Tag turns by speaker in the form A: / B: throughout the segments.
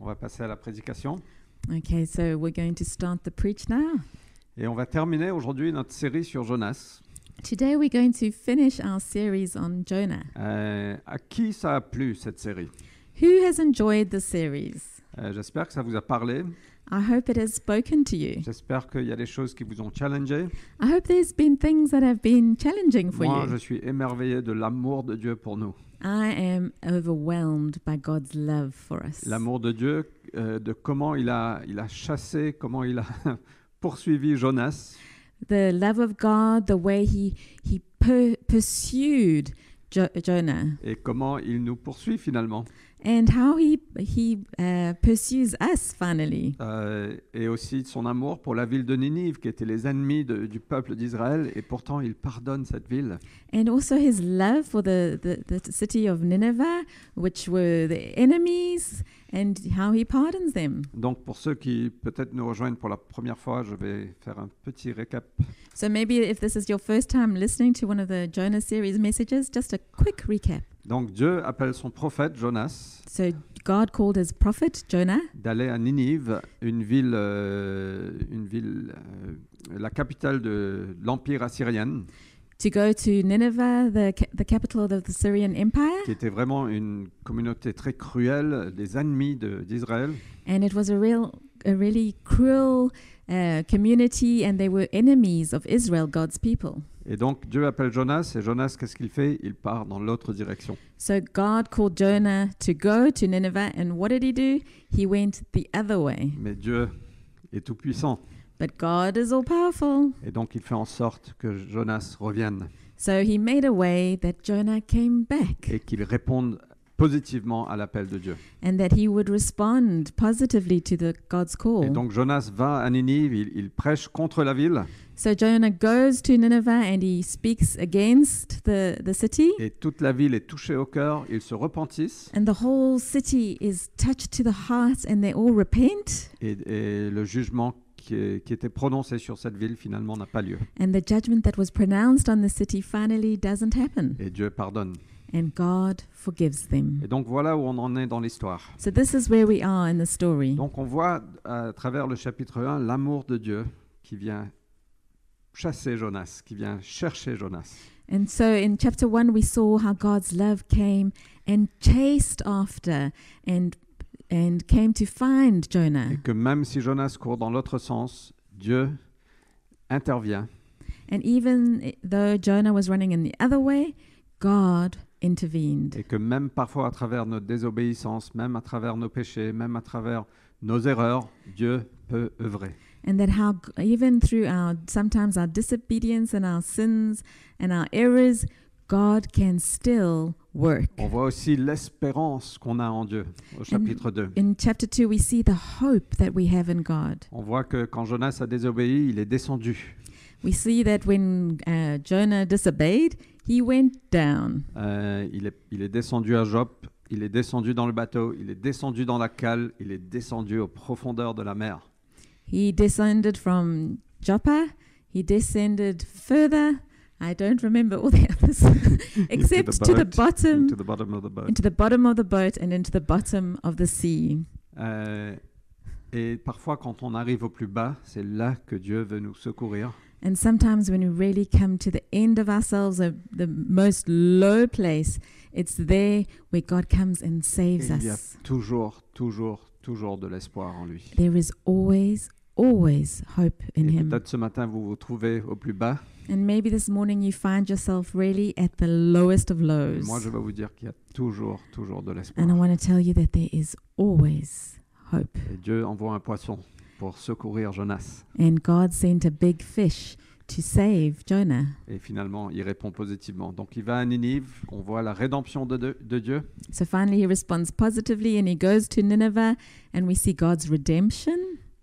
A: On va passer à la prédication.
B: Okay, so we're going to start the preach now.
A: Et on va terminer aujourd'hui notre série sur Jonas.
B: Today we're going to finish our series on Jonah.
A: Euh, à qui ça a plu cette série
B: Who has enjoyed the series?
A: Euh, J'espère que ça vous a parlé.
B: I hope it has spoken to you.
A: J'espère qu'il y a des choses qui vous ont challengé.
B: I hope there's been things that have been challenging for
A: Moi, je
B: you.
A: suis émerveillé de l'amour de Dieu pour nous.
B: I am overwhelmed by God's love for us.
A: L'amour de Dieu, euh, de comment il a, il a chassé, comment il a poursuivi Jonas.
B: The love of God, the way he he per- pursued jo- Jonah,
A: et comment il nous poursuit finalement.
B: and how he he uh, pursues us finally,
A: Euh, et aussi de son amour pour la ville de Ninive, qui étaient les ennemis de- du peuple d'Israël, et pourtant il pardonne cette ville.
B: and also his love for the, the the city of Nineveh, which were the enemies, and how he pardons them.
A: Donc pour ceux qui peut-être nous rejoignent pour la première fois, je vais faire un petit récap.
B: So maybe if this is your first time listening to one of the Jonah series messages, just a quick recap.
A: Donc Dieu appelle son prophète Jonas
B: So God called his prophet Jonah
A: d'aller à Ninive, une ville, euh, une ville euh, la capitale de l'Empire assyrien,
B: to go to Nineveh, the ca- the capital of the Syrian Empire,
A: qui était vraiment une communauté très cruelle, des ennemis de- d'Israël.
B: and it was a real, a really cruel uh, community, and they were enemies of Israel, God's people.
A: Et donc Dieu appelle Jonas, et Jonas, qu'est-ce qu'il fait Il part dans l'autre direction.
B: So God called Jonah to go to Nineveh, and what did he do? He went the other way.
A: Mais Dieu est tout-puissant,
B: But God is all powerful,
A: et donc il fait en sorte que Jonas revienne
B: so he made a way that Jonah came back.
A: et qu'il réponde positivement à l'appel de Dieu.
B: and that he would respond positively to the God's
A: Et
B: call.
A: donc Jonas va à Ninive, il, il prêche contre la ville,
B: so Jonah goes to Nineveh and he speaks against the, the city,
A: et toute la ville est touchée au cœur, ils se repentissent,
B: and the whole city is touched to the heart and they all repent,
A: et, et le jugement qui, est- qui était prononcé sur cette ville finalement n'a pas lieu.
B: and the judgment that was pronounced on the city finally doesn't happen,
A: Et Dieu pardonne.
B: and God forgives
A: Et
B: them.
A: donc voilà où on en est dans l'histoire.
B: So this is where we are in the story.
A: Donc on voit à travers le chapitre 1 l'amour de Dieu qui vient chasser Jonas, qui vient chercher Jonas.
B: And so in chapter 1 we saw how God's love came and chased after and and came to find Jonah.
A: Et que même si Jonas court dans l'autre sens, Dieu intervient
B: And even i- though Jonah was running in the other way, God intervened.
A: et que même parfois à travers notre désobéissance, même à travers nos péchés, même à travers nos erreurs, Dieu peut œuvrer.
B: And that how g- even through our sometimes our disobedience and our sins and our errors, God can still work.
A: On voit aussi l'espérance qu'on a en Dieu au chapitre 2.
B: In chapter 2 we see the hope that we have in God.
A: On voit que quand Jonas a désobéi, il est descendu.
B: We see that when uh, Jonah disobeyed, he went down.
A: Euh, il, est, il est descendu à Joppe, il est descendu dans le bateau, il est descendu dans la cale, il est descendu aux profondeurs de la mer.
B: He descended from Joppa, he descended further. I don't remember all the others except to the
A: boat.
B: bottom
A: Into the bottom of the boat.
B: into the bottom of the boat and into the bottom of the sea.
A: Euh, et parfois, quand on arrive au plus bas, c'est là que Dieu veut nous secourir.
B: And sometimes when we really come to the end of ourselves, uh, the most low place, it's there where God comes and
A: Et
B: saves
A: il y a
B: us.
A: toujours, toujours, toujours de l'espoir en lui.
B: There is always, always hope in
A: Et
B: Him.
A: peut-être ce matin, vous vous trouvez au plus bas.
B: And maybe this morning you find yourself really at the lowest of lows.
A: Moi, je vais vous dire qu'il y a toujours, toujours de l'espoir.
B: And I want to tell you that there is always hope.
A: Et Dieu envoie un poisson pour secourir Jonas.
B: And God sent a big fish to save Jonah.
A: Et finalement, il répond positivement. Donc, il va à Ninive. On voit la rédemption de, de- de Dieu.
B: So finally, he responds positively and he goes to Nineveh, and we see God's redemption.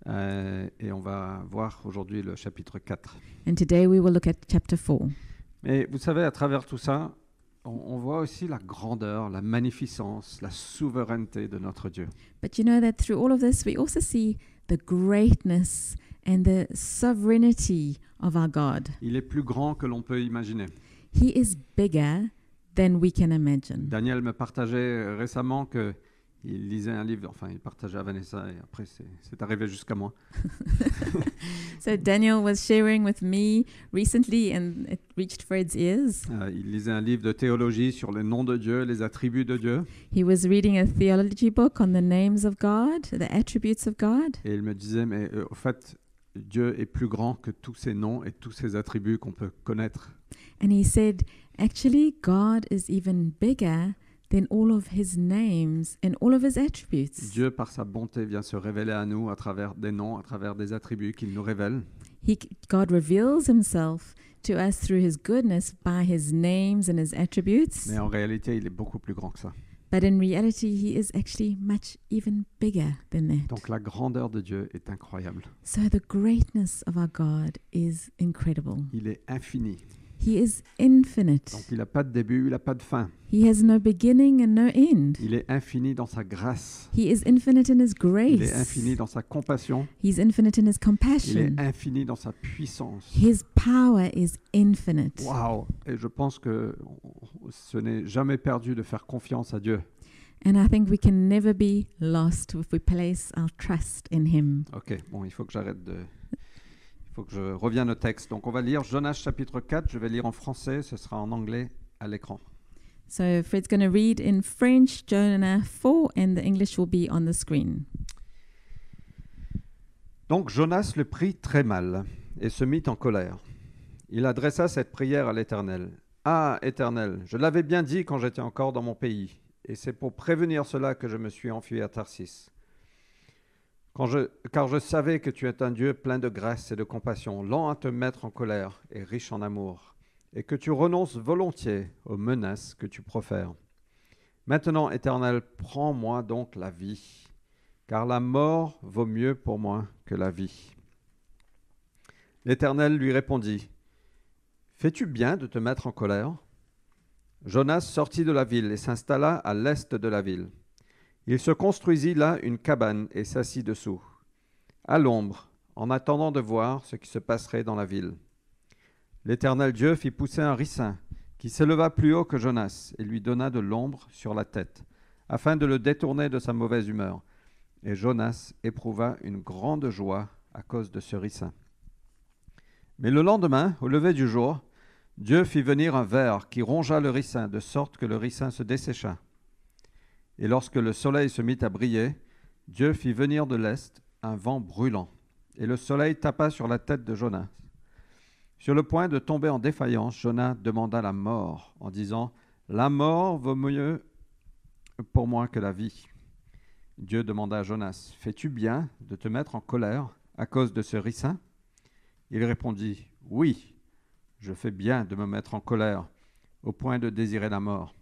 A: Euh, et on va voir aujourd'hui le chapitre 4.
B: And today we will look at chapter 4.
A: Mais vous savez, à travers tout ça, on, on voit aussi la grandeur, la magnificence, la souveraineté de notre Dieu.
B: But you know that through all of this, we also see the greatness and the sovereignty of our God.
A: Il est plus grand que l'on peut imaginer.
B: He is bigger than we can imagine.
A: Daniel me partageait euh, récemment que Il lisait un livre, enfin, il partageait à Vanessa et après, c'est c'est arrivé jusqu'à moi.
B: So Daniel was sharing with me recently, and it reached Fred's ears.
A: Euh, il lisait un livre de théologie sur les noms de Dieu, les attributs de Dieu.
B: He was reading a theology book on the names of God, the attributes of God.
A: Et il me disait, mais euh, au fait, Dieu est plus grand que tous ces noms et tous ces attributs qu'on peut connaître.
B: And he said, actually, God is even bigger than all of his names and all of his attributes.
A: Dieu, par sa bonté, vient se révéler à nous à travers des noms, à travers des attributs qu'il nous révèle.
B: He, God reveals himself to us through his goodness by his names and his attributes.
A: Mais en réalité, il est beaucoup plus grand que ça.
B: But in reality, he is actually much even bigger than that.
A: Donc la grandeur de Dieu est incroyable.
B: So the greatness of our God is incredible.
A: Il est infini.
B: He is infinite.
A: Donc il n'a pas de début, il n'a pas de fin.
B: He has no beginning and no end.
A: Il est infini dans sa grâce.
B: He is infinite in his
A: Il est infini
B: grace.
A: dans sa compassion.
B: He's infinite in
A: Il
B: his
A: est
B: compassion.
A: infini dans sa puissance.
B: His power is infinite.
A: Waouh Et je pense que ce n'est jamais perdu de faire confiance à Dieu.
B: And I think we can never be lost if we place our trust in him.
A: Ok, bon, il faut que j'arrête de... Il faut que je revienne au texte. Donc on va lire Jonas chapitre 4. Je vais lire en français, ce sera en anglais à l'écran.
B: So Fred's going to read in French Jonah 4, and the English will be on the screen.
A: Donc Jonas le prit très mal et se mit en colère. Il adressa cette prière à l'Éternel. Ah, Éternel, je l'avais bien dit quand j'étais encore dans mon pays, et c'est pour prévenir cela que je me suis enfui à Tarsis. Quand je- car je savais que tu es un Dieu plein de grâce et de compassion, lent à te mettre en colère et riche en amour, et que tu renonces volontiers aux menaces que tu profères. Maintenant, Éternel, prends-moi donc la vie, car la mort vaut mieux pour moi que la vie. L'Éternel lui répondit, Fais-tu bien de te mettre en colère Jonas sortit de la ville et s'installa à l'est de la ville. Il se construisit là une cabane et s'assit dessous, à l'ombre, en attendant de voir ce qui se passerait dans la ville. L'Éternel Dieu fit pousser un ricin, qui s'éleva plus haut que Jonas, et lui donna de l'ombre sur la tête, afin de le détourner de sa mauvaise humeur. Et Jonas éprouva une grande joie à cause de ce ricin. Mais le lendemain, au lever du jour, Dieu fit venir un ver qui rongea le ricin, de sorte que le ricin se dessécha. Et lorsque le soleil se mit à briller, Dieu fit venir de l'est un vent brûlant, et le soleil tapa sur la tête de Jonas. Sur le point de tomber en défaillance, Jonas demanda la mort, en disant La mort vaut mieux pour moi que la vie. Dieu demanda à Jonas, Fais-tu bien de te mettre en colère à cause de ce ricin Il répondit, Oui, je fais bien de me mettre en colère, au point de désirer la mort.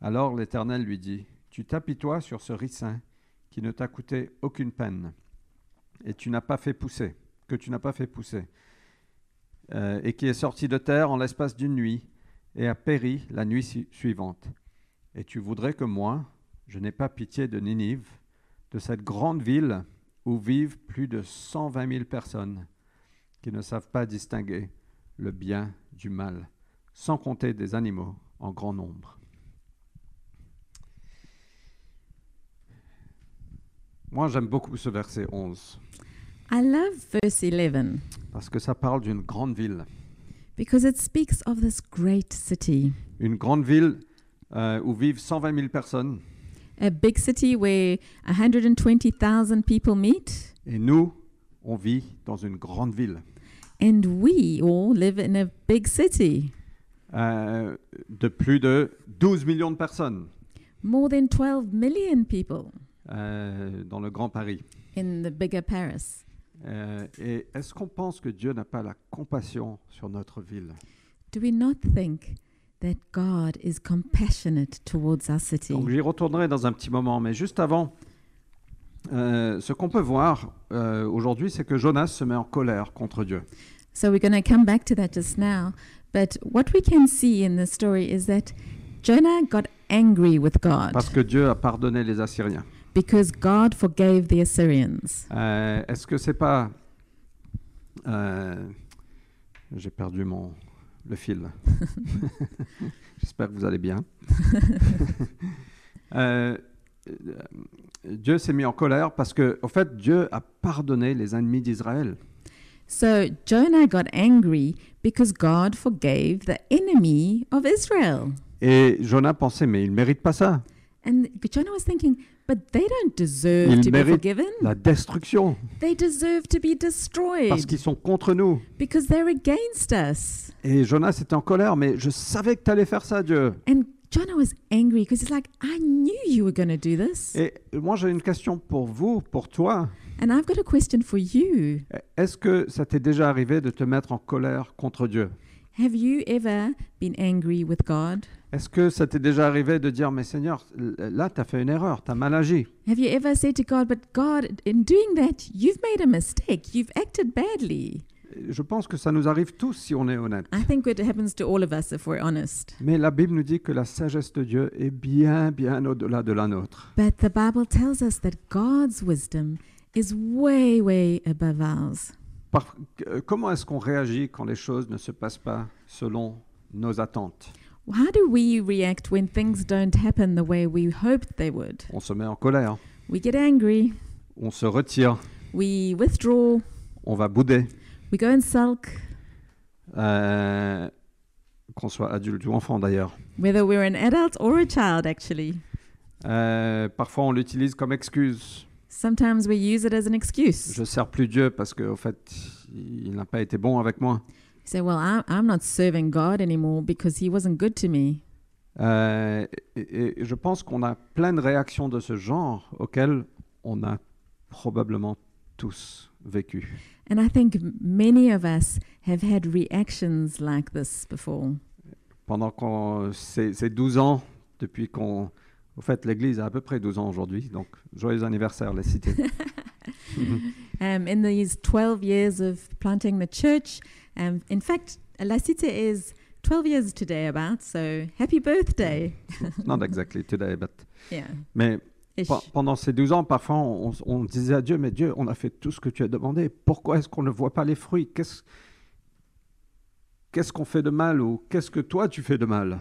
A: Alors l'Éternel lui dit, Tu t'apitoies sur ce ricin qui ne t'a coûté aucune peine, et tu n'as pas fait pousser, que tu n'as pas fait pousser, euh, et qui est sorti de terre en l'espace d'une nuit, et a péri la nuit si- suivante. Et tu voudrais que moi, je n'ai pas pitié de Ninive, de cette grande ville où vivent plus de 120 000 personnes qui ne savent pas distinguer le bien du mal, sans compter des animaux en grand nombre. Moi, j'aime beaucoup ce verset 11,
B: I love verse 11
A: parce que ça parle d'une grande ville.
B: because it speaks of this great city,
A: Une grande ville euh, où vivent 120 000 personnes.
B: a big city where 120,000 people meet,
A: Et nous, on vit dans une grande ville.
B: and we all live in a big city,
A: euh, de plus de 12 millions de personnes
B: more than 12 million people
A: euh, dans le Grand Paris.
B: in the bigger Paris.
A: Euh, et est-ce qu'on pense que Dieu n'a pas la compassion sur notre ville
B: Do we not think that God is compassionate towards our city?
A: Donc j'y retournerai dans un petit moment, mais juste avant, euh, ce qu'on peut voir euh, aujourd'hui, c'est que Jonas se met en colère contre Dieu.
B: So we're going to come back to that just now. But what we can see in the story is that Jonah got angry with God
A: Parce que Dieu a pardonné les Assyriens.
B: because God forgave the Assyrians.
A: Euh, est-ce que c'est pas... euh, j'ai perdu mon... le fil. J'espère que vous allez bien. Euh, euh, Dieu s'est mis en colère parce que, en fait, Dieu a pardonné les ennemis d'Israël.
B: So Jonah got angry because God forgave the enemy of Israel.
A: Et Jonas pensait, mais il ne mérite pas ça.
B: And Jonah was thinking, but they don't deserve
A: Ils
B: to be
A: méritent
B: forgiven.
A: La destruction,
B: They deserve to be destroyed
A: parce qu'ils sont contre nous.
B: because they're against us.
A: Et Jonas était en colère, mais je savais que tu allais faire ça, Dieu.
B: And Jonah was angry because he's like, I knew you were going to do this.
A: Et moi, j'ai une question pour vous, pour toi.
B: And I've got a question for you.
A: Est-ce que ça t'est déjà arrivé de te mettre en colère contre Dieu
B: Have you ever been angry with God?
A: Est-ce que ça t'est déjà arrivé de dire, mais Seigneur, là, tu as fait une erreur, tu as mal agi
B: Have you ever said to God, but God, in doing that, you've made a mistake. You've acted badly.
A: Je pense que ça nous arrive tous si on est honnête.
B: I think it happens to all of us if we're honest.
A: Mais la Bible nous dit que la sagesse de Dieu est bien, bien au-delà de la nôtre.
B: But the Bible tells us that God's wisdom is way, way above ours.
A: Par- euh, comment est-ce qu'on réagit quand les choses ne se passent pas selon nos attentes
B: How do we react when things don't happen the way we hoped they would?
A: On se met en colère,
B: We get angry,
A: on se retire,
B: we withdraw,
A: on va bouder,
B: we go and sulk,
A: euh, qu'on soit adulte ou enfant d'ailleurs.
B: whether we're an adult or a child, actually.
A: Euh, parfois, on l'utilise comme excuse.
B: Sometimes we use it as an excuse.
A: Je sers plus Dieu parce qu'au fait, il n'a pas été bon avec moi.
B: Say, well, I- I'm not serving God anymore because he wasn't good to me.
A: Euh, et, et je pense qu'on a plein de réactions de ce genre auxquelles on a probablement tous vécu.
B: And I think m- many of us have had reactions like this before.
A: Pendant qu'on, ces, ces 12 ans, depuis qu'on... Au fait, l'Église a à peu près 12 ans aujourd'hui, donc joyeux anniversaire, les cités.
B: Um, in these 12 years of planting the church, um, in fact, La Cita is 12 years today, about, so happy birthday.
A: Not exactly today, but...
B: Yeah,
A: Mais
B: ish.
A: pe- pendant ces 12 ans, parfois, on, on disait à Dieu, mais Dieu, on a fait tout ce que tu as demandé. Pourquoi est-ce qu'on ne voit pas les fruits Qu'est-ce qu'est-ce qu'on fait de mal ou qu'est-ce que toi, tu fais de mal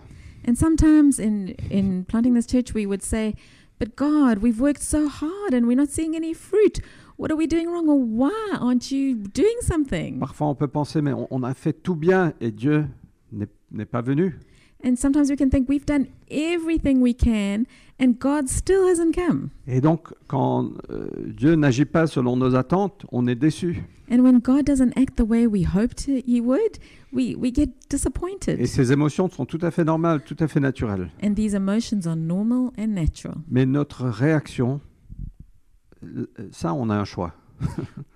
B: And sometimes in, in planting this church, we would say, But God, we've worked so hard and we're not seeing any fruit. What are we doing wrong? Or why aren't you doing something?
A: Parfois, on peut penser, mais on, on a fait tout bien et Dieu n'est n'est pas venu.
B: And sometimes we can think we've done everything we can and God still hasn't come.
A: Et donc, quand euh, Dieu n'agit pas selon nos attentes, on est déçu.
B: And when God doesn't act the way we hoped He would, we, we get disappointed.
A: Et ces émotions sont tout à fait normales, tout à fait naturelles.
B: and these emotions are normal and natural.
A: Mais notre réaction, euh, ça, on a un choix.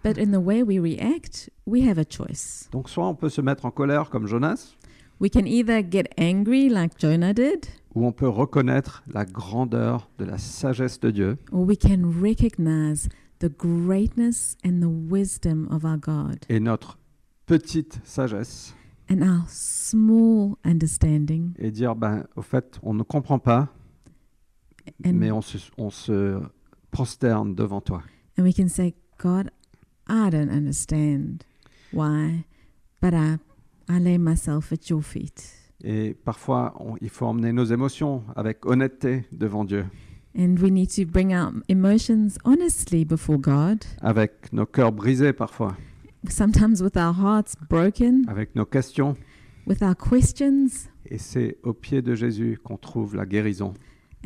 B: But in the way we react, we have a choice.
A: Donc, soit on peut se mettre en colère comme Jonas,
B: We can either get angry like Jonah did,
A: ou on peut reconnaître la grandeur de la sagesse de Dieu
B: or we can recognize the greatness and the wisdom of our God
A: et notre petite sagesse
B: and our small understanding.
A: et dire, ben, au fait, on ne comprend pas,
B: And,
A: mais on se, on se prosterne devant toi.
B: and we can say, God, I don't understand why, but I, I lay myself at your feet.
A: Et parfois, on- il faut emmener nos émotions avec honnêteté devant Dieu,
B: And we need to bring our emotions honestly before God,
A: avec nos cœurs brisés parfois,
B: sometimes with our hearts broken,
A: avec nos questions.
B: with our questions,
A: Et c'est au pied de Jésus qu'on trouve la guérison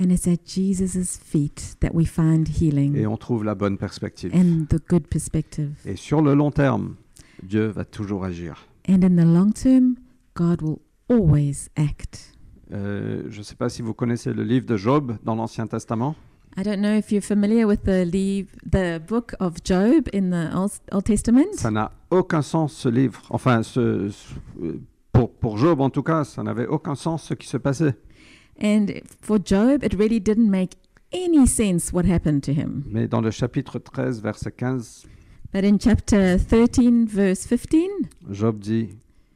B: and it's at Jesus' feet that we find
A: et
B: healing
A: on trouve la bonne perspective.
B: and the good perspective.
A: Et sur le long terme, Dieu va toujours agir.
B: And in the long term, God will always act.
A: Euh, je ne sais pas si vous connaissez le livre de Job dans l'Ancien Testament.
B: I don't know if you're familiar with the leave, the book of Job in the Old, Old Testament.
A: Ça n'a aucun sens ce livre. Enfin, ce- ce- euh, pour, pour Job en tout cas, ça n'avait aucun sens ce qui se passait.
B: And for Job, it really didn't make any sense what happened to him.
A: Mais dans le chapitre 13, verset 15,
B: But in chapter 13, verse 15,
A: Job dit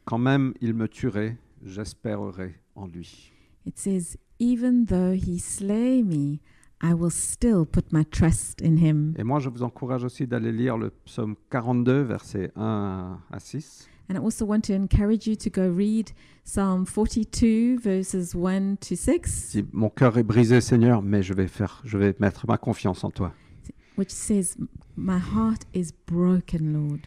A: Quand même il me tuerait, j'espérerai en lui.
B: It says, Even though he slay me, I will still put my trust in him.
A: Et moi, je vous encourage aussi d'aller lire le psaume 42, versets 1 à 6.
B: And I also want to encourage you to go read Psalm 42, verses 1 to 6,
A: Si mon cœur est brisé, Seigneur, mais je vais faire, je vais mettre ma confiance en toi.
B: which says, My heart is broken, Lord,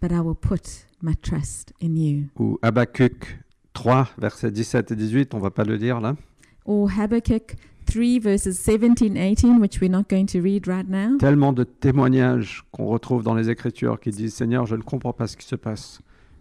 B: but I will put my trust in you.
A: Ou Habacuc 3, versets 17 et 18, on va pas le dire là.
B: Or Habakkuk 3, verses 17, 18, which we're not going to read right now.
A: Tellement de témoignages qu'on retrouve dans les Écritures qui disent Seigneur, je ne comprends pas ce qui se passe,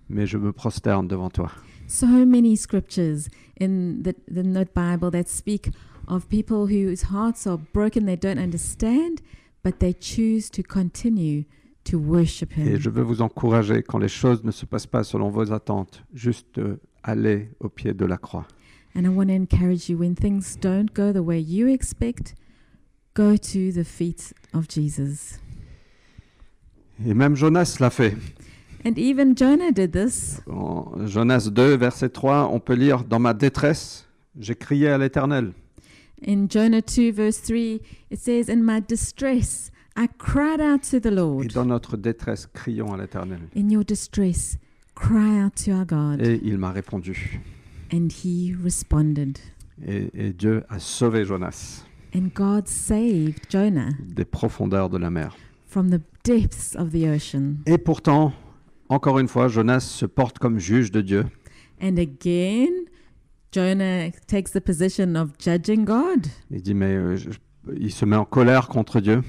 A: mais je me prosterne devant toi.
B: So many scriptures in the, the Note Bible that speak of people whose hearts are broken, they don't understand, but they choose to continue to worship Him.
A: Et je veux vous encourager, quand les choses ne se passent pas selon vos attentes, juste euh, aller au pied de la croix.
B: And I want to encourage you when things don't go the way you expect, go to the feet of Jesus.
A: Et même Jonas l'a fait.
B: And even Jonah did this.
A: En Jonas 2, verset 3, on peut lire Dans ma détresse, j'ai crié à l'Éternel.
B: In Jonah 2, verse 3, it says, In my distress, I cried out to the
A: Et
B: Lord.
A: dans notre détresse, crions à l'Éternel.
B: In your distress, cry out to our God.
A: Et il m'a répondu.
B: And he responded.
A: Et, et Dieu a sauvé Jonas
B: And God saved Jonah
A: des profondeurs de la mer.
B: from the depths of the ocean.
A: Et pourtant, encore une fois, Jonas se porte comme juge de Dieu.
B: And again, Jonah takes the position of judging God.
A: Il dit, mais euh, je- je- il se met en colère contre Dieu.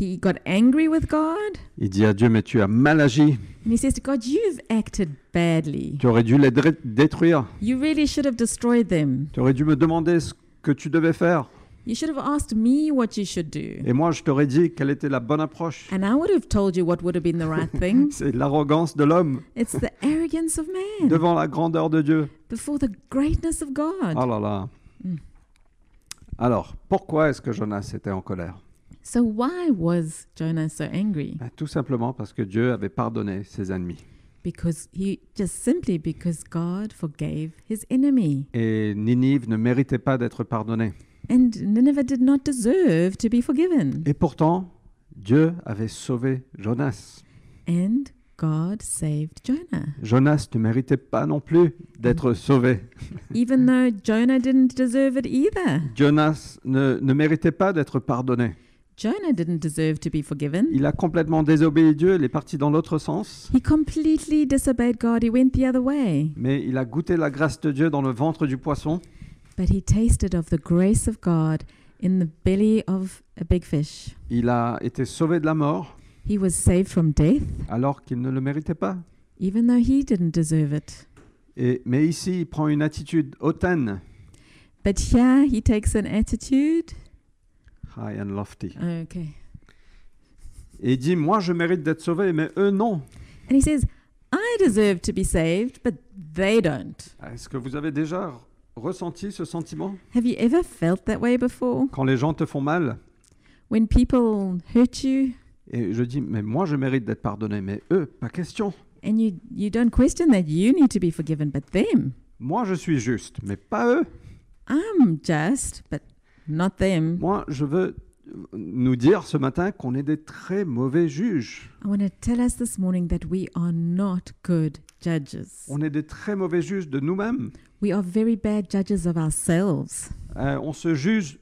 B: He got angry with God.
A: Il dit à Dieu, mais tu as mal agi.
B: And he says to God, You've acted badly.
A: Tu aurais dû les dré- détruire.
B: You really should have destroyed them.
A: Tu aurais dû me demander ce que tu devais faire.
B: You should have asked me what you should do.
A: Et moi, je t'aurais dit quelle était la bonne approche.
B: And I would have told you what would have been the right thing.
A: C'est l'arrogance de l'homme
B: It's the arrogance of man
A: devant la grandeur de Dieu.
B: before the greatness of
A: Oh
B: God.
A: là là.
B: Mm.
A: Alors, pourquoi est-ce que Jonas était en colère
B: So, why was Jonah so angry?
A: Ben, Tout simplement parce que Dieu avait pardonné ses ennemis.
B: Because he just simply because God forgave his enemy.
A: Et Ninive ne méritait pas d'être pardonnée.
B: And Nineveh did not deserve to be forgiven.
A: Et pourtant, Dieu avait sauvé Jonas.
B: And God saved Jonah.
A: Jonas ne méritait pas non plus d'être sauvé.
B: Even though Jonah didn't deserve it either.
A: Jonas ne, ne méritait pas d'être pardonné.
B: Jonah didn't deserve to be forgiven.
A: Il a complètement désobéi Dieu, il est parti dans l'autre sens.
B: He completely disobeyed God. He went the other way.
A: Mais il a goûté la grâce de Dieu dans le ventre du poisson.
B: But he tasted of the grace of God in the belly of a big fish.
A: Il a été sauvé de la mort
B: He was saved from death,
A: alors qu'il ne le méritait pas.
B: even though he didn't deserve it.
A: Et, mais ici, il prend une attitude hautaine,
B: But here he takes an attitude.
A: high and lofty,
B: Okay.
A: et il dit Moi, je mérite d'être sauvé, mais eux, non.
B: And he says, I deserve to be saved, but they don't.
A: Est-ce que vous avez déjà ressenti ce sentiment
B: Have you ever felt that way before?
A: Quand les gens te font mal,
B: When people hurt you
A: et je dis Mais moi, je mérite d'être pardonné, mais eux, pas question.
B: and you, you don't question that you need to be forgiven, but them.
A: Moi, je suis juste, mais pas eux.
B: I'm just, but not them.
A: Moi, je veux nous dire ce matin qu'on est des très mauvais juges.
B: I want to tell us this morning that we are not good judges.
A: On est des très mauvais juges de nous-mêmes.
B: We are very bad judges of ourselves.
A: Euh, on se juge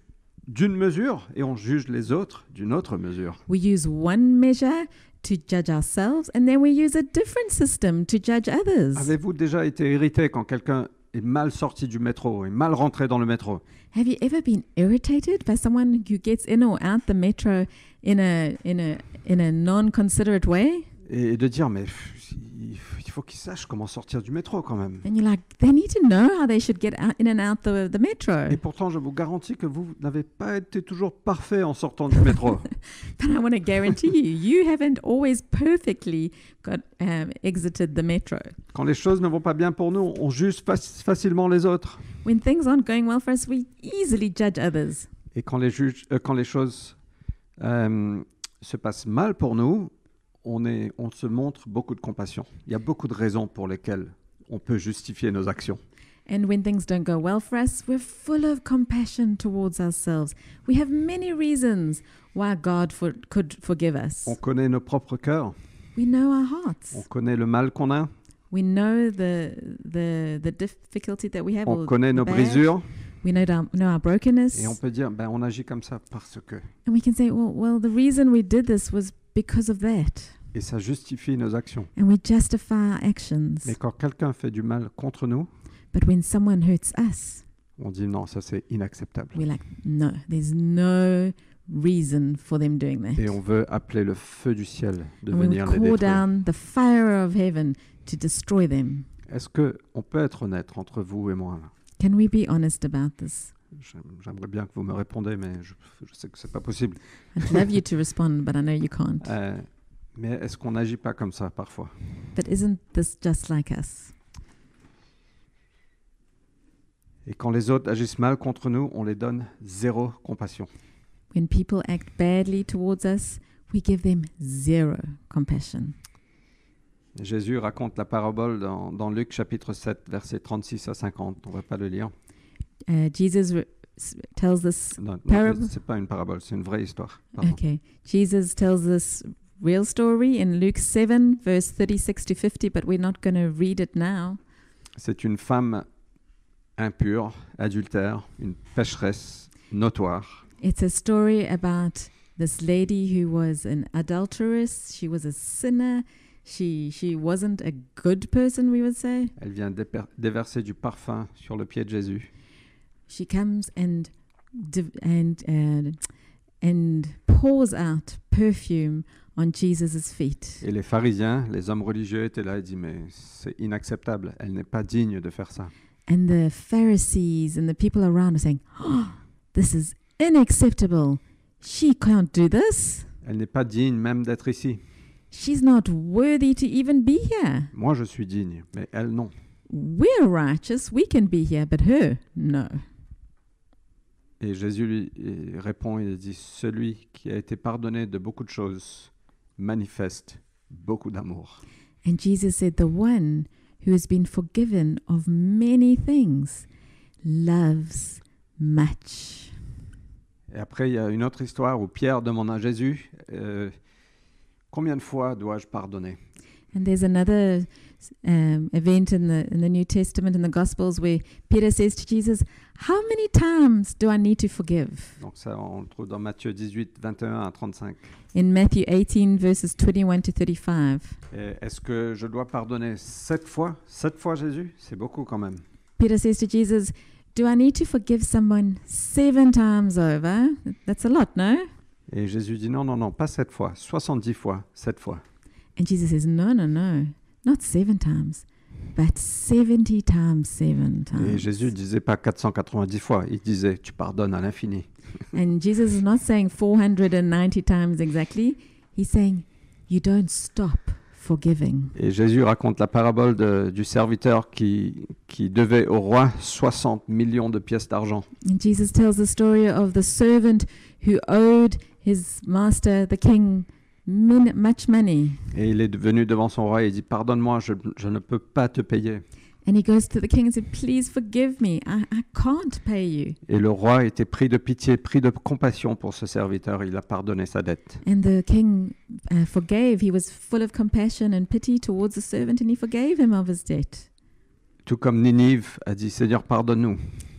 A: d'une mesure et on juge les autres d'une autre mesure.
B: We use one measure to judge ourselves, and then we use a different system to judge others.
A: Avez-vous déjà été irrité quand quelqu'un est mal sorti du métro, est mal rentré dans le métro
B: Have you ever been irritated by someone who gets in or out the metro in a in a in a non-considerate way?
A: et de dire mais pff, il f- il faut qu'il sache comment sortir du métro quand même.
B: And you're like, they need to know how they should get out in and out the, the
A: Et
B: metro.
A: pourtant, je vous garantis que vous n'avez pas été toujours parfait en sortant du métro.
B: But I want to guarantee you, you haven't always perfectly got um, exited the metro.
A: Quand les choses ne vont pas bien pour nous, on juge faci- facilement les autres.
B: When things aren't going well for us, we easily judge others.
A: Et quand les, juges- euh, quand les choses euh, se passent mal pour nous, on, est, on se montre beaucoup de compassion. Il y a beaucoup de raisons pour lesquelles on peut justifier nos actions.
B: And when things don't go well for us, we're full of compassion towards ourselves. We have many reasons why God for- could forgive us.
A: On connaît nos propres cœurs,
B: We know our
A: on
B: hearts.
A: connaît le mal qu'on a,
B: We know the the the difficulty that we have.
A: On
B: or
A: connaît
B: the
A: nos
B: bad.
A: brisures
B: We know our, know our brokenness,
A: et on peut dire, ben, on agit comme ça parce que.
B: and we can say, well, well, the reason we did this was because of that,
A: Et ça justifie nos actions.
B: and we justify our actions.
A: Mais quand quelqu'un fait du mal contre nous,
B: But when someone hurts us,
A: on dit non, ça c'est inacceptable.
B: we're like, no, there's no reason for them doing that.
A: Et on veut appeler le feu du ciel de
B: and we
A: venir
B: will
A: les
B: call
A: détruire.
B: down the fire of heaven to destroy them.
A: Est-ce que on peut être honnête entre vous et moi là
B: Can we be honest about this?
A: J'aime- J'aimerais bien que vous me répondez, mais je, je sais que c'est pas possible.
B: I'd love you to respond, but I know you can't.
A: Euh, mais est-ce qu'on n'agit pas comme ça parfois
B: But isn't this just like us?
A: Et quand les autres agissent mal contre nous, on les donne zéro compassion.
B: When people act badly towards us, we give them zero compassion.
A: Jésus raconte la parabole dans, dans Luc chapitre 7, versets 36 à 50. On ne va pas le lire.
B: Uh, Jesus re- s- tells this.
A: Non, non,
B: Parable.
A: c'est pas une parabole, c'est une vraie histoire. Pardon.
B: Okay, Jesus tells this real story in Luke 7, verse 36 to 50, but we're not going to read it now.
A: C'est une femme impure, adultère, une pécheresse notoire.
B: It's a story about this lady who was an adulteress. She was a sinner. She she wasn't a good person, we would say.
A: Elle vient déper- déverser du parfum sur le pied de Jésus.
B: She comes and div- and and and pours out perfume on Jesus' feet.
A: Et les pharisiens, les hommes religieux étaient là et disent mais c'est inacceptable, elle n'est pas digne de faire ça.
B: And the Pharisees and the people around are saying, oh, "This is unacceptable. She can't do this.
A: Elle n'est pas digne même d'être ici.
B: She's not worthy to even be here.
A: Moi je suis digne, mais elle non.
B: We're righteous. We can be here, but her, no."
A: Et Jésus lui il répond et dit celui qui a été pardonné de beaucoup de choses manifeste beaucoup d'amour.
B: And Jesus said, The one who has been forgiven of many things loves much.
A: Et après, il y a une autre histoire où Pierre demande à Jésus euh, Combien de fois dois-je pardonner
B: And there's another um, event in the, in the New Testament, in the Gospels, where Peter says to Jesus, How many times do I need to forgive?
A: Donc, ça, on le trouve dans Matthieu 18, 21 à 35.
B: In Matthew 18, verses 21 to 35.
A: Et Est-ce que je dois pardonner sept fois Sept fois, Jésus C'est beaucoup quand même.
B: Peter says to Jesus, Do I need to forgive someone seven times over? That's a lot, no?
A: Et Jésus dit Non, non, non, pas sept fois, 70 fois, sept fois.
B: And Jesus says, No, no, no, not seven times, but 70 times seven
A: Et
B: times.
A: Jésus disait pas 490 fois, il disait Tu pardonnes à l'infini.
B: And Jesus is not saying 490 times exactly, he's saying, You don't stop forgiving.
A: Et Jésus raconte la parabole de- du serviteur qui, qui devait au roi 60 millions de pièces d'argent.
B: And Jesus tells the story of the servant who owed his master, the king, min- much money.
A: Et il est venu devant son roi et il dit Pardonne-moi, je, je ne peux pas te payer.
B: And he goes to the king and said, Please forgive me, I, I can't pay you.
A: Et le roi était pris de pitié, pris de compassion pour ce serviteur. Il a pardonné sa dette.
B: And the king uh, forgave. He was full of compassion and pity towards the servant, and he forgave him of his debt.
A: Tout comme Ninive a dit Seigneur, pardonne-nous.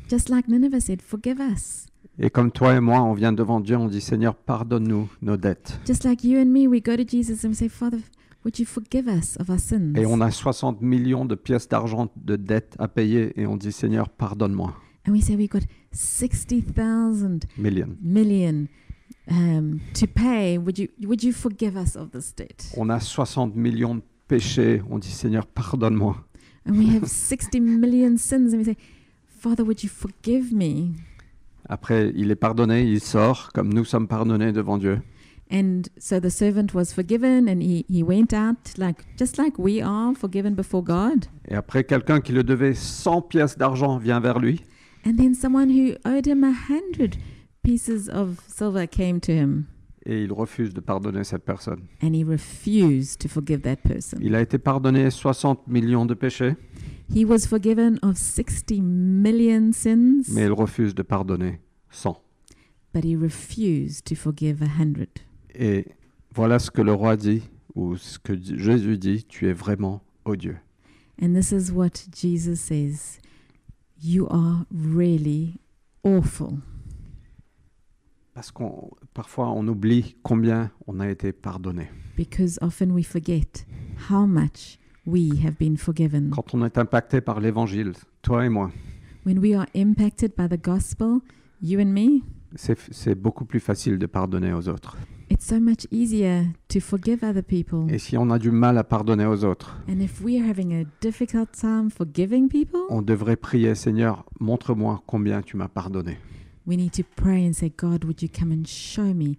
B: Just like Nineveh said, forgive us.
A: Et comme toi et moi, on vient devant Dieu, on dit Seigneur, pardonne-nous nos dettes.
B: Just like you and me, we go to Jesus and we say, Father, would you forgive us of our sins?
A: Et on a 60 millions de pièces d'argent de dettes à payer et on dit Seigneur, pardonne-moi.
B: And we say, We've got 60,000
A: Million.
B: million um, to pay. Would you, would you forgive us of this debt?
A: On a 60 millions de péchés, on dit Seigneur, pardonne-moi.
B: And we have 60 million sins, and we say, Father, would you forgive me?
A: Après, il est pardonné, il sort, comme nous sommes pardonnés devant Dieu.
B: And so the servant was forgiven and he, he went out like just like we are forgiven before God.
A: Et après, quelqu'un qui le devait 100 pièces d'argent vient vers lui.
B: And then someone who owed him a hundred pieces of silver came to him
A: Et il refuse de pardonner cette personne.
B: and he refused to forgive that person.
A: Il a été pardonné 60 millions de péchés,
B: He was forgiven of 60 million sins,
A: mais il refuse de pardonner 100.
B: but he refused to forgive a hundred.
A: Et voilà ce que le roi dit, ou ce que dit- Jésus dit, tu es vraiment odieux.
B: And this is what Jesus says You are really awful.
A: Parce qu'on parfois on oublie combien on a été pardonné.
B: Because often we forget how much we have been forgiven.
A: Quand on est impacté par l'évangile, toi et moi,
B: When we are impacted by the gospel, you and me,
A: c'est c'est beaucoup plus facile de pardonner aux autres.
B: it's so much easier to forgive other people.
A: Et si on a du mal à pardonner aux autres,
B: And if we are having a difficult time forgiving people,
A: on devrait prier Seigneur, montre-moi combien tu m'as pardonné.
B: we need to pray and say, God, would you come and show me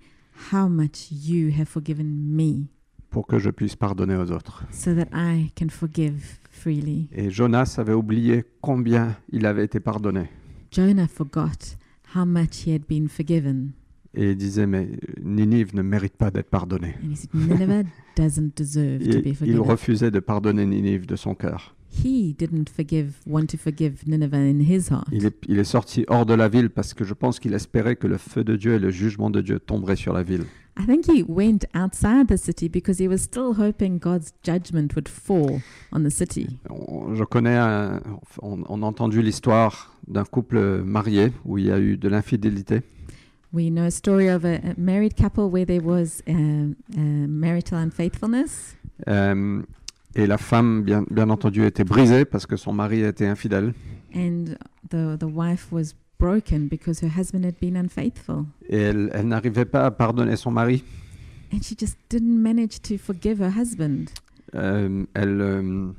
B: how much you have forgiven me
A: pour que je puisse pardonner aux autres.
B: so that I can forgive freely?
A: Et Jonas avait oublié combien il avait été pardonné.
B: Jonah forgot how much he had been forgiven.
A: Et il disait, mais Ninive ne mérite pas d'être pardonnée.
B: And he said, Nineveh doesn't deserve to
A: Et
B: be
A: il
B: forgiven.
A: refusait de pardonner Ninive de son cœur.
B: He didn't forgive, want to forgive Nineveh in his heart.
A: Il est, il est sorti hors de la ville parce que je pense qu'il espérait que le feu de Dieu et le jugement de Dieu tomberaient sur la ville.
B: I think he went outside the city because he was still hoping God's judgment would fall on the city.
A: On- je connais, un- on, on a entendu l'histoire d'un couple marié où il y a eu de l'infidélité.
B: We know a story of a, a married couple where there was um, uh, marital unfaithfulness,
A: Euh, et la femme, bien, bien entendu, était brisée parce que son mari était infidèle.
B: and the the wife was broken because her husband had been unfaithful,
A: Et elle, elle n'arrivait pas à pardonner son mari.
B: and she just didn't manage to forgive her husband.
A: Euh, elle, euh,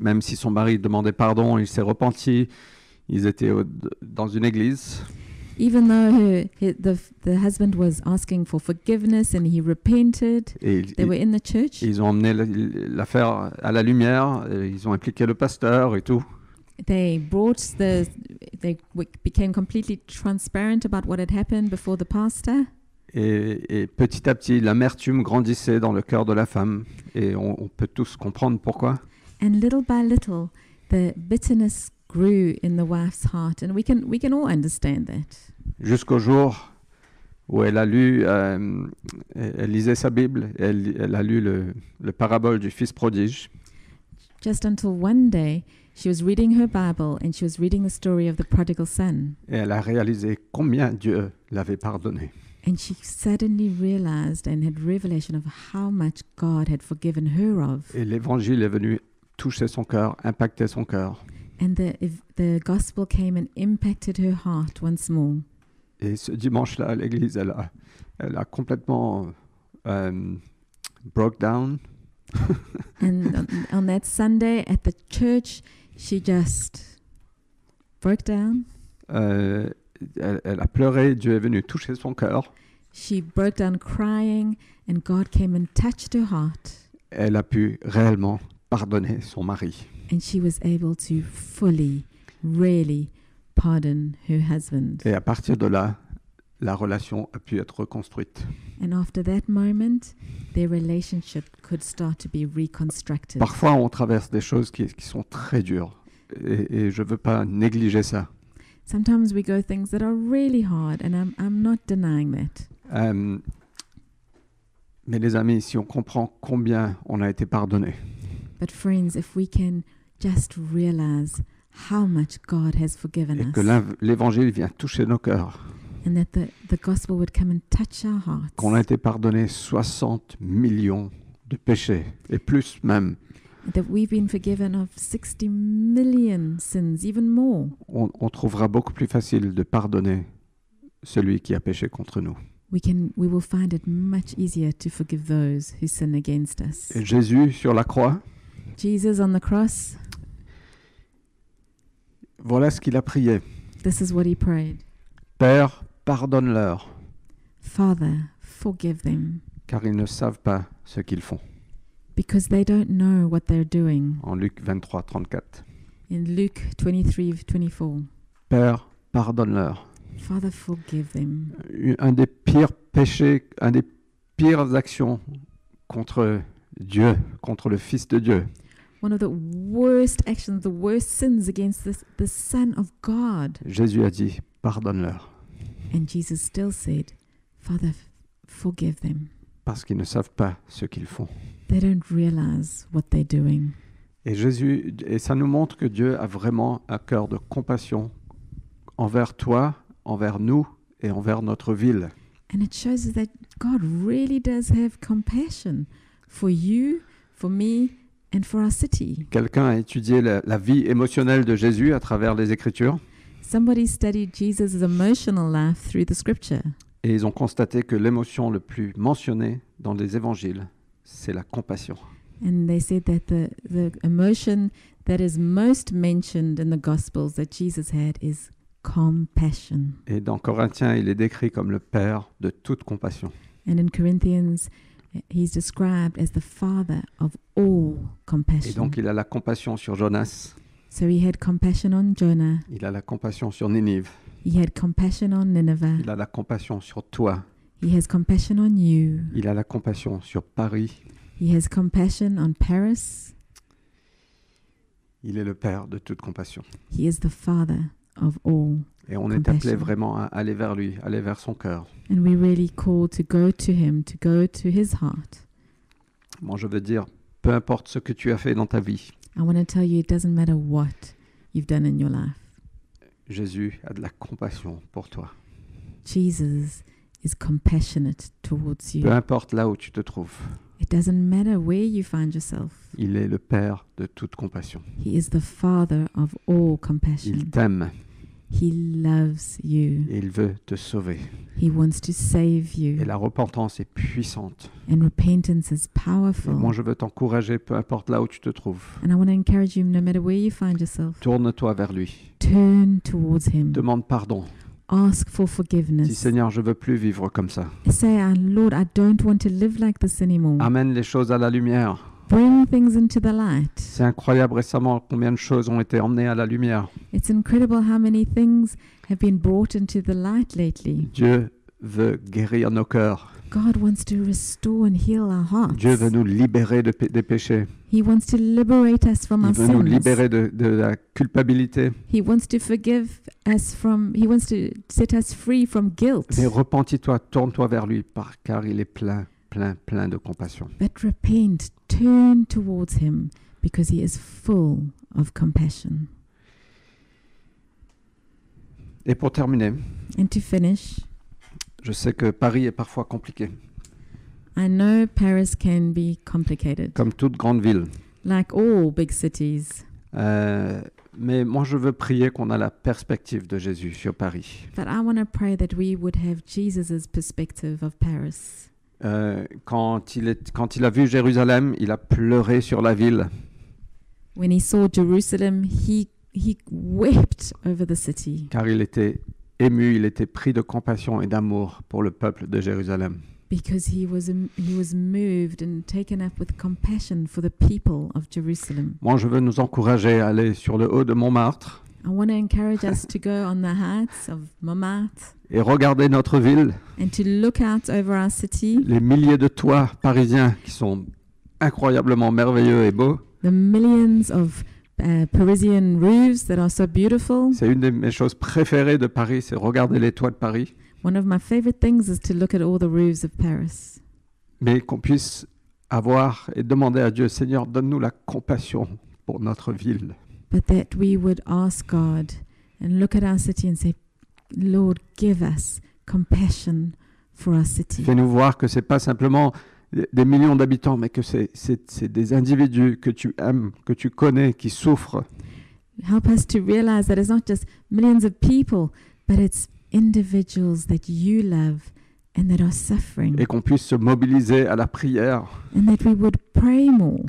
A: même si son mari demandait pardon, il s'est repenti. Ils étaient au- dans une église.
B: Even though her, her, the the husband was asking for forgiveness and he repented,
A: Et ils,
B: they were in the church.
A: ils ont emmené l- l'affaire à la lumière. et ils ont impliqué le pasteur et tout.
B: they brought the they w- became completely transparent about what had happened before the pastor
A: Et, et petit à petit, l'amertume grandissait dans le cœur de la femme. Et on, on peut tous comprendre pourquoi.
B: and little by little the bitterness grew in the wife's heart and we can we can all understand that
A: Jusqu'au jour où elle a lu, euh, elle elle lisait sa Bible. Elle, elle a lu le- le parabole du fils prodige.
B: just until one day she was reading her bible and she was reading the story of the prodigal son
A: Et elle a réalisé combien Dieu l'avait pardonné.
B: and she suddenly realized and had revelation of how much god had forgiven her of
A: Et l'évangile est venu toucher son cœur, impacter son cœur.
B: and the if the gospel came and impacted her heart once more
A: Et ce dimanche-là, à l'église, elle a, elle a complètement euh, broke down.
B: And on, on that Sunday at the church, she just broke down.
A: Euh, elle, elle a pleuré, Dieu est venu toucher son cœur.
B: She broke down crying, and God came and touched her heart,
A: Elle a pu réellement pardonner son mari.
B: and she was able to fully, really pardon her husband.
A: Et à partir de là, la relation a pu être reconstruite.
B: And after that moment, their relationship could start to be reconstructed.
A: Parfois, on traverse des choses qui, qui sont très dures. Et, et je ne veux pas négliger ça.
B: Sometimes we go things that are really hard, and I'm, I'm not denying that.
A: Euh, mais les amis, si on comprend combien on a été pardonné,
B: But, friends, if we can just realize how much God has forgiven
A: et
B: us.
A: que l'inv- l'évangile vient toucher nos cœurs,
B: and that the, the gospel would come and touch our hearts.
A: qu'on a été pardonné 60 millions de péchés, et plus même,
B: That we've been forgiven of 60 million sins, even more.
A: on, on trouvera beaucoup plus facile de pardonner celui qui a péché contre nous.
B: We can we will find it much easier to forgive those who sin against us.
A: Et Jésus, sur la croix,
B: Jesus on the cross,
A: voilà ce qu'il a prié.
B: this is what he prayed.
A: Père, pardonne-leur,
B: Father, forgive them
A: car ils ne savent pas ce qu'ils font.
B: because they don't know what they're doing.
A: En Luc 23, 34.
B: In Luke 23:24,
A: Père, pardonne-leur.
B: Father, forgive them.
A: un des pires péchés, un des pires actions contre Dieu, contre le Fils de Dieu,
B: One of the worst actions, the worst sins against this, the Son of God.
A: Jésus a dit, pardonne-leur,
B: And Jesus still said, Father, f- forgive them.
A: parce qu'ils ne savent pas ce qu'ils font.
B: They don't realize what they're doing.
A: Et, Jésus, et ça nous montre que Dieu a vraiment un cœur de compassion envers toi, envers nous et envers notre ville.
B: And it shows us that God really does have compassion for you, for me, and for our city.
A: Quelqu'un a étudié la, la vie émotionnelle de Jésus à travers les Écritures
B: Somebody studied Jesus' emotional life through the scripture,
A: et ils ont constaté que l'émotion le plus mentionnée dans les évangiles, c'est la compassion.
B: and they said that the, the emotion that is most mentioned in the Gospels that Jesus had is compassion.
A: Et dans Corinthiens, il est décrit comme le Père de toute compassion.
B: And in Corinthians, eh, he's described as the father of all
A: Et
B: compassion.
A: donc il a la compassion sur Jonas,
B: so he had compassion on Jonah,
A: il a la compassion sur Ninive,
B: he had compassion on Nineveh,
A: il a la compassion sur toi,
B: he has compassion on you,
A: il a la compassion sur Paris.
B: he has compassion on Paris,
A: Il est le Père de toute compassion.
B: he is the father of all.
A: Et on est appelé
B: Compassion.
A: vraiment à aller vers lui, aller vers son cœur.
B: And we really called to go to him, to go to his heart.
A: Moi, je veux dire, peu importe ce que tu as fait dans ta vie,
B: I want to tell you, it doesn't matter what you've done in your life.
A: Jésus a de la compassion pour toi.
B: Jesus is compassionate towards
A: Peu
B: you.
A: importe là où tu te trouves,
B: It doesn't matter where you find yourself.
A: il est le Père de toute compassion.
B: He is the Father of all
A: Il
B: compassion.
A: t'aime
B: He loves you.
A: et il veut te sauver.
B: He wants to save
A: Et
B: you.
A: la repentance est puissante.
B: And repentance is
A: Et moi,
B: powerful.
A: je veux t'encourager, peu importe là où tu te trouves.
B: And I want to encourage you, no matter where you find yourself,
A: Tourne-toi vers lui.
B: turn towards Him.
A: Demande pardon.
B: Ask for
A: Dis
B: forgiveness.
A: Seigneur, je veux plus vivre comme ça.
B: Say, "Ah, Lord, I don't want to live like this anymore.
A: Amène les choses à la lumière.
B: Bring things into the light.
A: C'est incroyable récemment combien de choses ont été emmenées à la lumière.
B: It's incredible how many things have been brought into the light lately.
A: Dieu veut guérir nos cœurs.
B: God wants to restore and heal our hearts.
A: Dieu veut nous libérer de p- des péchés.
B: He wants to liberate us from
A: Il
B: our
A: veut nous
B: sins.
A: libérer de, de la culpabilité.
B: He wants to forgive us from, He wants to set us free from guilt.
A: Mais repentis-toi, tourne-toi vers lui, par- car il est plein, plein, plein de compassion.
B: But repent, turn towards Him, because He is full of compassion.
A: Et pour terminer,
B: And to finish,
A: je sais que Paris est parfois compliqué,
B: I know Paris can be complicated,
A: comme toute grande ville.
B: like all big cities.
A: Euh, mais moi, je veux prier qu'on a la perspective de Jésus sur Paris.
B: But I want to pray that we would have Jesus' perspective of Paris.
A: Euh, quand, il est, quand il a vu Jérusalem, il a pleuré sur la ville.
B: When he saw Jerusalem, he he wept over the city
A: car il était ému, il était pris de compassion et d'amour pour le peuple de Jérusalem.
B: because he was um, he was moved and taken up with compassion for the people of Jerusalem.
A: Moi, je veux nous encourager à aller sur le haut de Montmartre
B: I want to encourage us to go on the heights of Montmartre
A: et regarder notre ville,
B: and to look out over our city,
A: les milliers de toits parisiens qui sont incroyablement merveilleux et beaux.
B: the millions of uh, Parisian roofs that are so beautiful.
A: C'est une de mes choses préférées de Paris, c'est regarder les toits de Paris,
B: One of my favorite things is to look at all the roofs of Paris.
A: mais qu'on puisse avoir et demander à Dieu, Seigneur, donne-nous la compassion pour notre ville.
B: But that we would ask God and look at our city and say, Lord, give us compassion for our city.
A: Fais-nous voir que c'est pas simplement des millions d'habitants, mais que c'est- c'est c'est des individus que tu aimes, que tu connais, qui souffrent.
B: Help us to realize that it's not just millions of people, but it's individuals that you love and that are suffering.
A: et qu'on puisse se mobiliser à la prière
B: and that we would pray more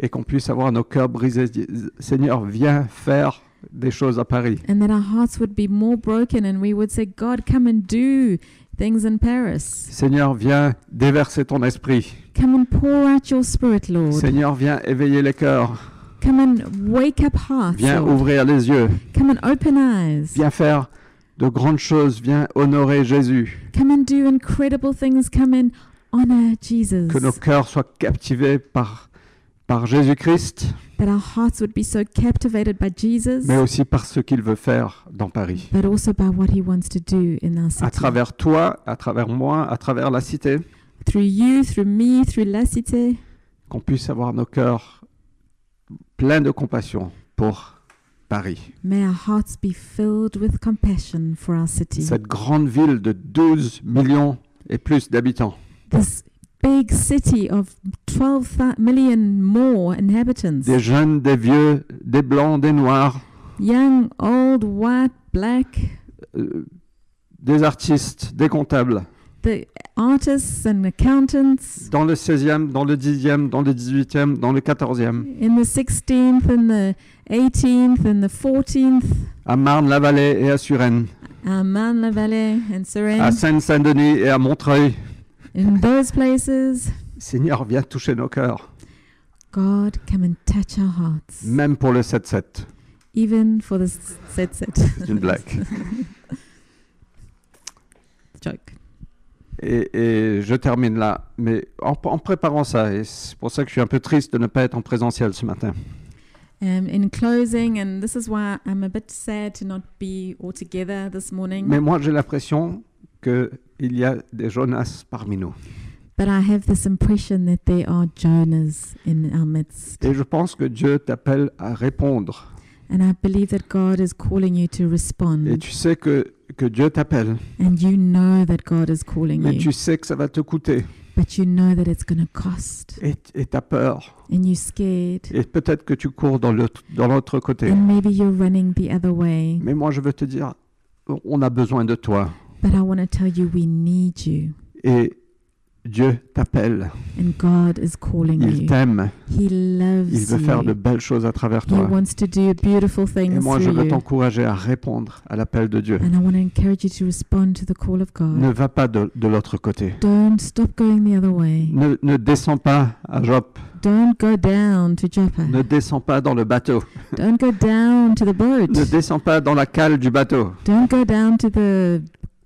A: et qu'on puisse avoir nos cœurs brisés. Dis- Seigneur, viens faire des choses à Paris.
B: and that our hearts would be more broken and we would say, God, come and do things in Paris.
A: Seigneur, viens déverser ton esprit.
B: Come and pour out your spirit, Lord.
A: Seigneur, viens éveiller les cœurs.
B: Come and wake up hearts.
A: Viens
B: Lord.
A: ouvrir les yeux.
B: Come and open eyes.
A: Viens faire de grandes choses. Viens honorer Jésus.
B: Come and do incredible things. Come and honor Jesus.
A: Que nos cœurs soient captivés par, par Jésus-Christ,
B: That our hearts would be so captivated by Jesus,
A: mais aussi par ce qu'il veut faire dans Paris.
B: but also by what he wants to do in our
A: À
B: city.
A: travers toi, à travers moi, à travers la cité,
B: Through you, through me, through La Cité,
A: qu'on puisse avoir nos cœurs plein de compassion pour Paris,
B: May our hearts be filled with compassion for our city,
A: cette grande ville de 12 millions et plus d'habitants.
B: this big city of 12 thou- million more inhabitants
A: Des jeunes, des vieux, des blancs, des noirs,
B: young, old, white, black,
A: euh, des artistes, des comptables.
B: the artists and accountants
A: Dans le 16e, dans le 10e, dans le 18e, dans le 14e.
B: in the 16th and the 18th and the 14th,
A: À Marne-la-Vallée et à Suresnes.
B: uh, Marne-la-Vallée and
A: À
B: Suresnes,
A: Seine-Saint-Denis et à Montreuil.
B: in those places,
A: Seigneur, viens toucher nos cœurs.
B: God come and touch our hearts,
A: Même pour le 7-7.
B: even for this set set
A: C'est une blague.
B: joke.
A: Et, et je termine là. Mais en, en préparant ça, et c'est pour ça que je suis un peu triste de ne pas être en présentiel ce matin.
B: Um, in closing, and this is why I'm a bit sad to not be all together this morning,
A: Mais moi, j'ai l'impression qu'il y a des Jonas parmi nous.
B: but I have this impression that there are Jonas in our midst.
A: Et je pense que Dieu t'appelle à répondre.
B: And I believe that God is calling you to respond.
A: Et tu sais que, que Dieu t'appelle.
B: and you know that God is calling
A: Mais
B: you,
A: tu sais que ça va te coûter.
B: but you know that it's going to cost.
A: Et et t'as peur.
B: And you're scared.
A: Et peut-être que tu cours dans l'autre dans l'autre côté.
B: And maybe you're running the other way.
A: Mais moi, je veux te dire, on a besoin de toi.
B: But I want to tell you, we need you.
A: Et Dieu t'appelle.
B: And God is calling
A: Il
B: you.
A: t'aime.
B: He
A: Il
B: loves
A: veut faire de
B: you.
A: belles choses à travers
B: He
A: toi.
B: wants to do beautiful
A: Et
B: things
A: moi, je
B: through
A: veux
B: you.
A: t'encourager à répondre à l'appel de Dieu.
B: And I want to encourage you to respond to the call of God.
A: Ne va pas de, de l'autre côté.
B: Don't stop going the other way.
A: Ne, ne descends pas à Joppe.
B: Don't go down to Joppa.
A: Ne descends pas dans le bateau.
B: Don't go down to the boat.
A: Ne descends pas dans la cale du bateau
B: Don't go down to the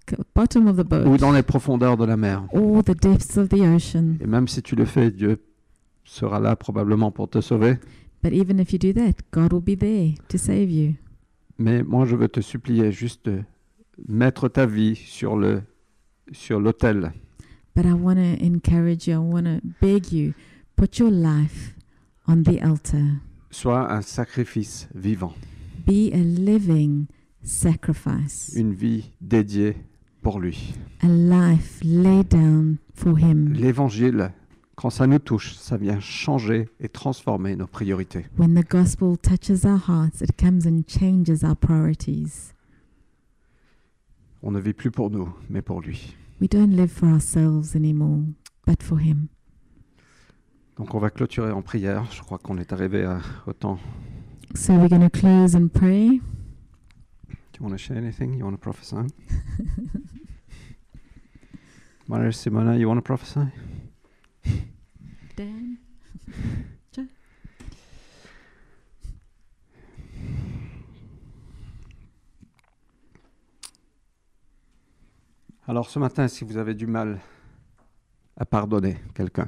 B: c- bottom of the boat
A: ou dans les profondeurs de la mer.
B: or the depths of the ocean.
A: Et même si tu le fais, Dieu sera là probablement pour te sauver.
B: But even if you do that, God will be there to save you.
A: Mais moi, je veux te supplier juste de mettre ta vie sur le sur l'autel
B: But I want to encourage you, I want to beg you, put your life on the altar.
A: soit un sacrifice vivant,
B: Be a living sacrifice,
A: une vie dédiée pour lui.
B: a life laid down for Him.
A: L'évangile, quand ça nous touche, ça vient changer et transformer nos priorités.
B: When the gospel touches our hearts, it comes and changes our priorities.
A: On ne vit plus pour nous, mais pour lui.
B: We don't live for ourselves anymore, but for Him.
A: Donc on va clôturer en prière. Je crois qu'on est arrivé à, au temps.
B: So we're going to close in prayer.
A: Do you want to share anything? You want to prophesy? Maria Simona, you want to prophesy?
B: Dan?
A: Alors ce matin, si vous avez du mal à pardonner quelqu'un,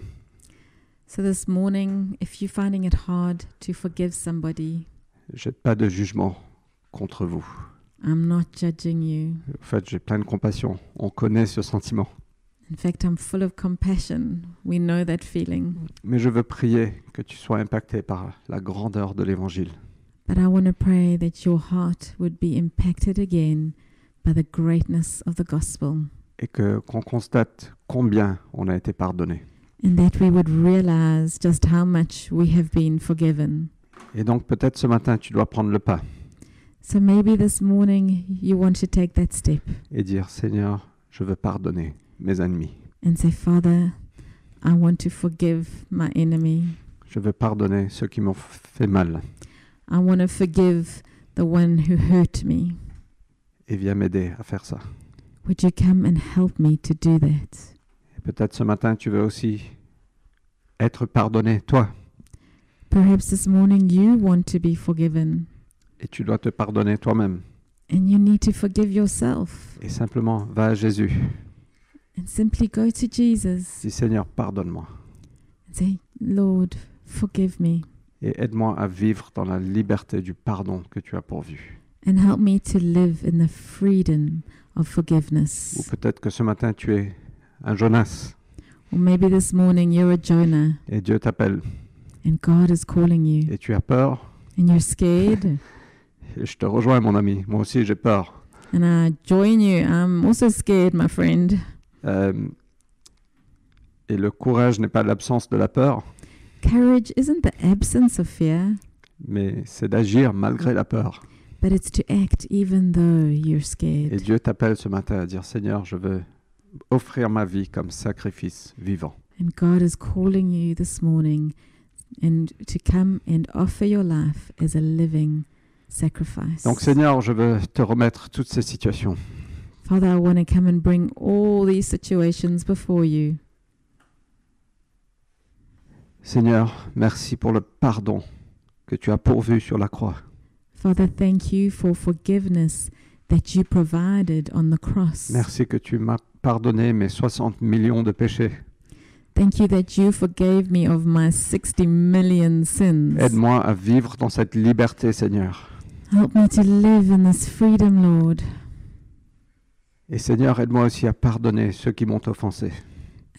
B: So this morning, if you're finding it hard to forgive somebody,
A: j'ai pas de jugement contre vous.
B: I'm not judging you.
A: En fait, j'ai plein de compassion. On connaît ce sentiment.
B: In fact, I'm full of compassion. We know that feeling.
A: Mais je veux prier que tu sois impacté par la grandeur de l'évangile.
B: But I want to pray that your heart would be impacted again by the greatness of the gospel
A: et que qu'on constate combien on a été pardonné.
B: and that we would realize just how much we have been forgiven.
A: Et donc peut-être ce matin tu dois prendre le pas
B: So maybe this morning you want to take that step
A: et dire Seigneur, je veux pardonner mes ennemis.
B: and say, Father, I want to forgive my enemy.
A: Je veux pardonner ceux qui m'ont fait mal
B: I want to forgive the one who hurt me.
A: et viens m'aider à faire ça.
B: Would you come and help me to do that?
A: Et peut-être ce matin tu veux aussi être pardonné toi
B: Perhaps this morning you want to be forgiven
A: et tu dois te pardonner toi-même
B: and you need to forgive yourself
A: et simplement va à Jésus.
B: and simply go to Jesus
A: Dis Seigneur, pardonne-moi
B: and say, Lord, forgive me
A: et aide-moi à vivre dans la liberté du pardon que tu as pourvu.
B: and help me to live in the freedom of
A: Ou
B: forgiveness.
A: peut-être que ce matin tu es un Jonas
B: Or maybe this morning you're a Jonah
A: et Dieu t'appelle.
B: And God is calling you.
A: et tu as peur,
B: And you're scared.
A: et je te rejoins, mon ami. Moi aussi, j'ai peur.
B: And I join you. I'm also scared, my friend.
A: Euh, et le courage n'est pas l'absence de la peur,
B: Courage isn't the absence of fear,
A: mais c'est d'agir malgré la peur.
B: but it's to act even though you're
A: Et
B: scared.
A: Dieu t'appelle ce matin à dire, Seigneur, je veux offrir ma vie comme sacrifice vivant.
B: And God is calling you this morning and to come and offer your life as a living sacrifice.
A: Donc Seigneur, je veux te remettre toutes ces situations.
B: Father, I want to come and bring all these situations before you.
A: Seigneur, merci pour le pardon que tu as pourvu sur la croix.
B: Father, thank you for forgiveness that you provided on the cross.
A: Merci que tu m'as pardonné mes 60 millions de péchés.
B: Thank you that you forgave me of my 60 million sins.
A: Aide-moi à vivre dans cette liberté, Seigneur.
B: Help me to live in this freedom, Lord.
A: Et Seigneur, aide-moi aussi à pardonner ceux qui m'ont offensé.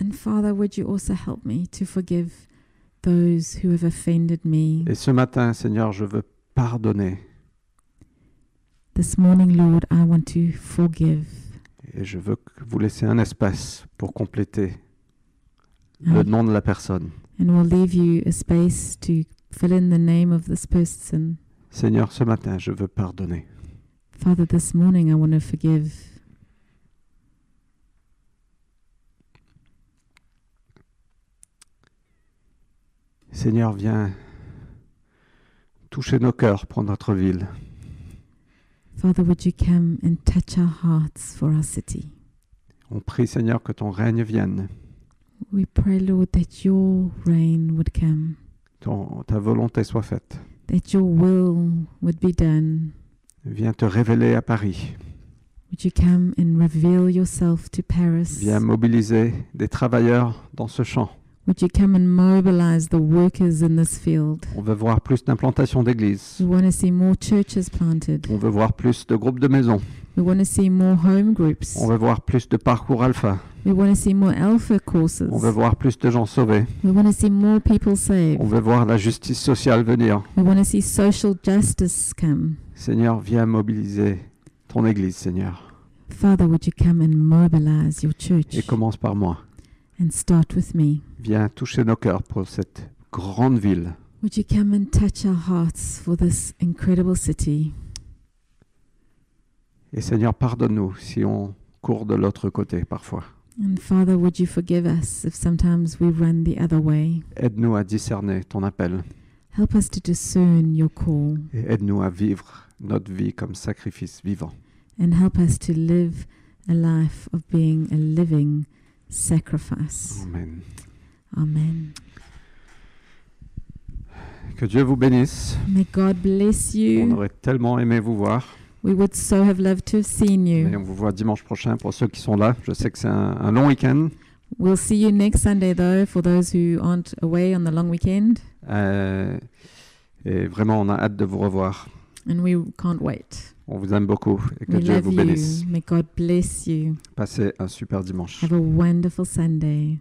B: And Father, would you also help me to forgive those who have offended me?
A: Et ce matin, Seigneur, je veux pardonner
B: This morning, Lord, I want to forgive.
A: et je veux que vous laisser un espace pour compléter le
B: Um,
A: nom de la personne.
B: and we'll leave you a space to fill in the name of this person.
A: Seigneur, ce matin, je veux pardonner.
B: Father, this morning I want to forgive.
A: Seigneur, viens toucher nos cœurs pour notre ville.
B: Father, would you come and touch our hearts for our city?
A: On prie, Seigneur, que ton règne vienne,
B: We pray, Lord, that your reign would come,
A: ton- ta volonté soit faite.
B: that your will would be done.
A: Viens te révéler à Paris.
B: Would you come and reveal yourself to Paris?
A: Viens mobiliser des travailleurs dans ce champ.
B: Would you come and mobilize the workers in this field?
A: On veut voir plus d'implantations d'églises.
B: We want to see more churches planted.
A: On veut voir plus de groupes de maisons.
B: We want to see more home groups.
A: On veut voir plus de parcours alpha.
B: We want to see more alpha courses.
A: On veut voir plus de gens sauvés.
B: We want to see more people saved.
A: On veut voir la justice sociale venir.
B: We want to see social justice come.
A: Seigneur, viens mobiliser ton église, Seigneur.
B: Father, would you come and mobilize your church
A: Et commence par moi.
B: and start with me?
A: Viens toucher nos cœurs pour cette grande ville.
B: Would you come and touch our hearts for this incredible city?
A: Et Seigneur, pardonne-nous si on court de l'autre côté parfois.
B: And Father, would you forgive us if sometimes we run the other way?
A: Aide-nous à discerner ton appel
B: Help us to discern your call.
A: et aide-nous à vivre notre vie comme sacrifice vivant.
B: and help us to live a life of being a living sacrifice.
A: Amen.
B: Amen.
A: Que Dieu vous bénisse.
B: May God bless
A: On
B: you.
A: aurait tellement aimé vous voir.
B: We would so have loved to have seen
A: Mais
B: you.
A: on vous voit dimanche prochain pour ceux qui sont là. Je sais que c'est un, un long week-end.
B: We'll see you next Sunday, though, for those who aren't away on the long weekend,
A: euh, et vraiment, on a hâte de vous revoir.
B: and we can't wait.
A: On vous aime beaucoup et que
B: We
A: Dieu
B: love
A: vous
B: you.
A: bénisse.
B: May God bless you.
A: Passez un super dimanche.
B: Have a wonderful Sunday.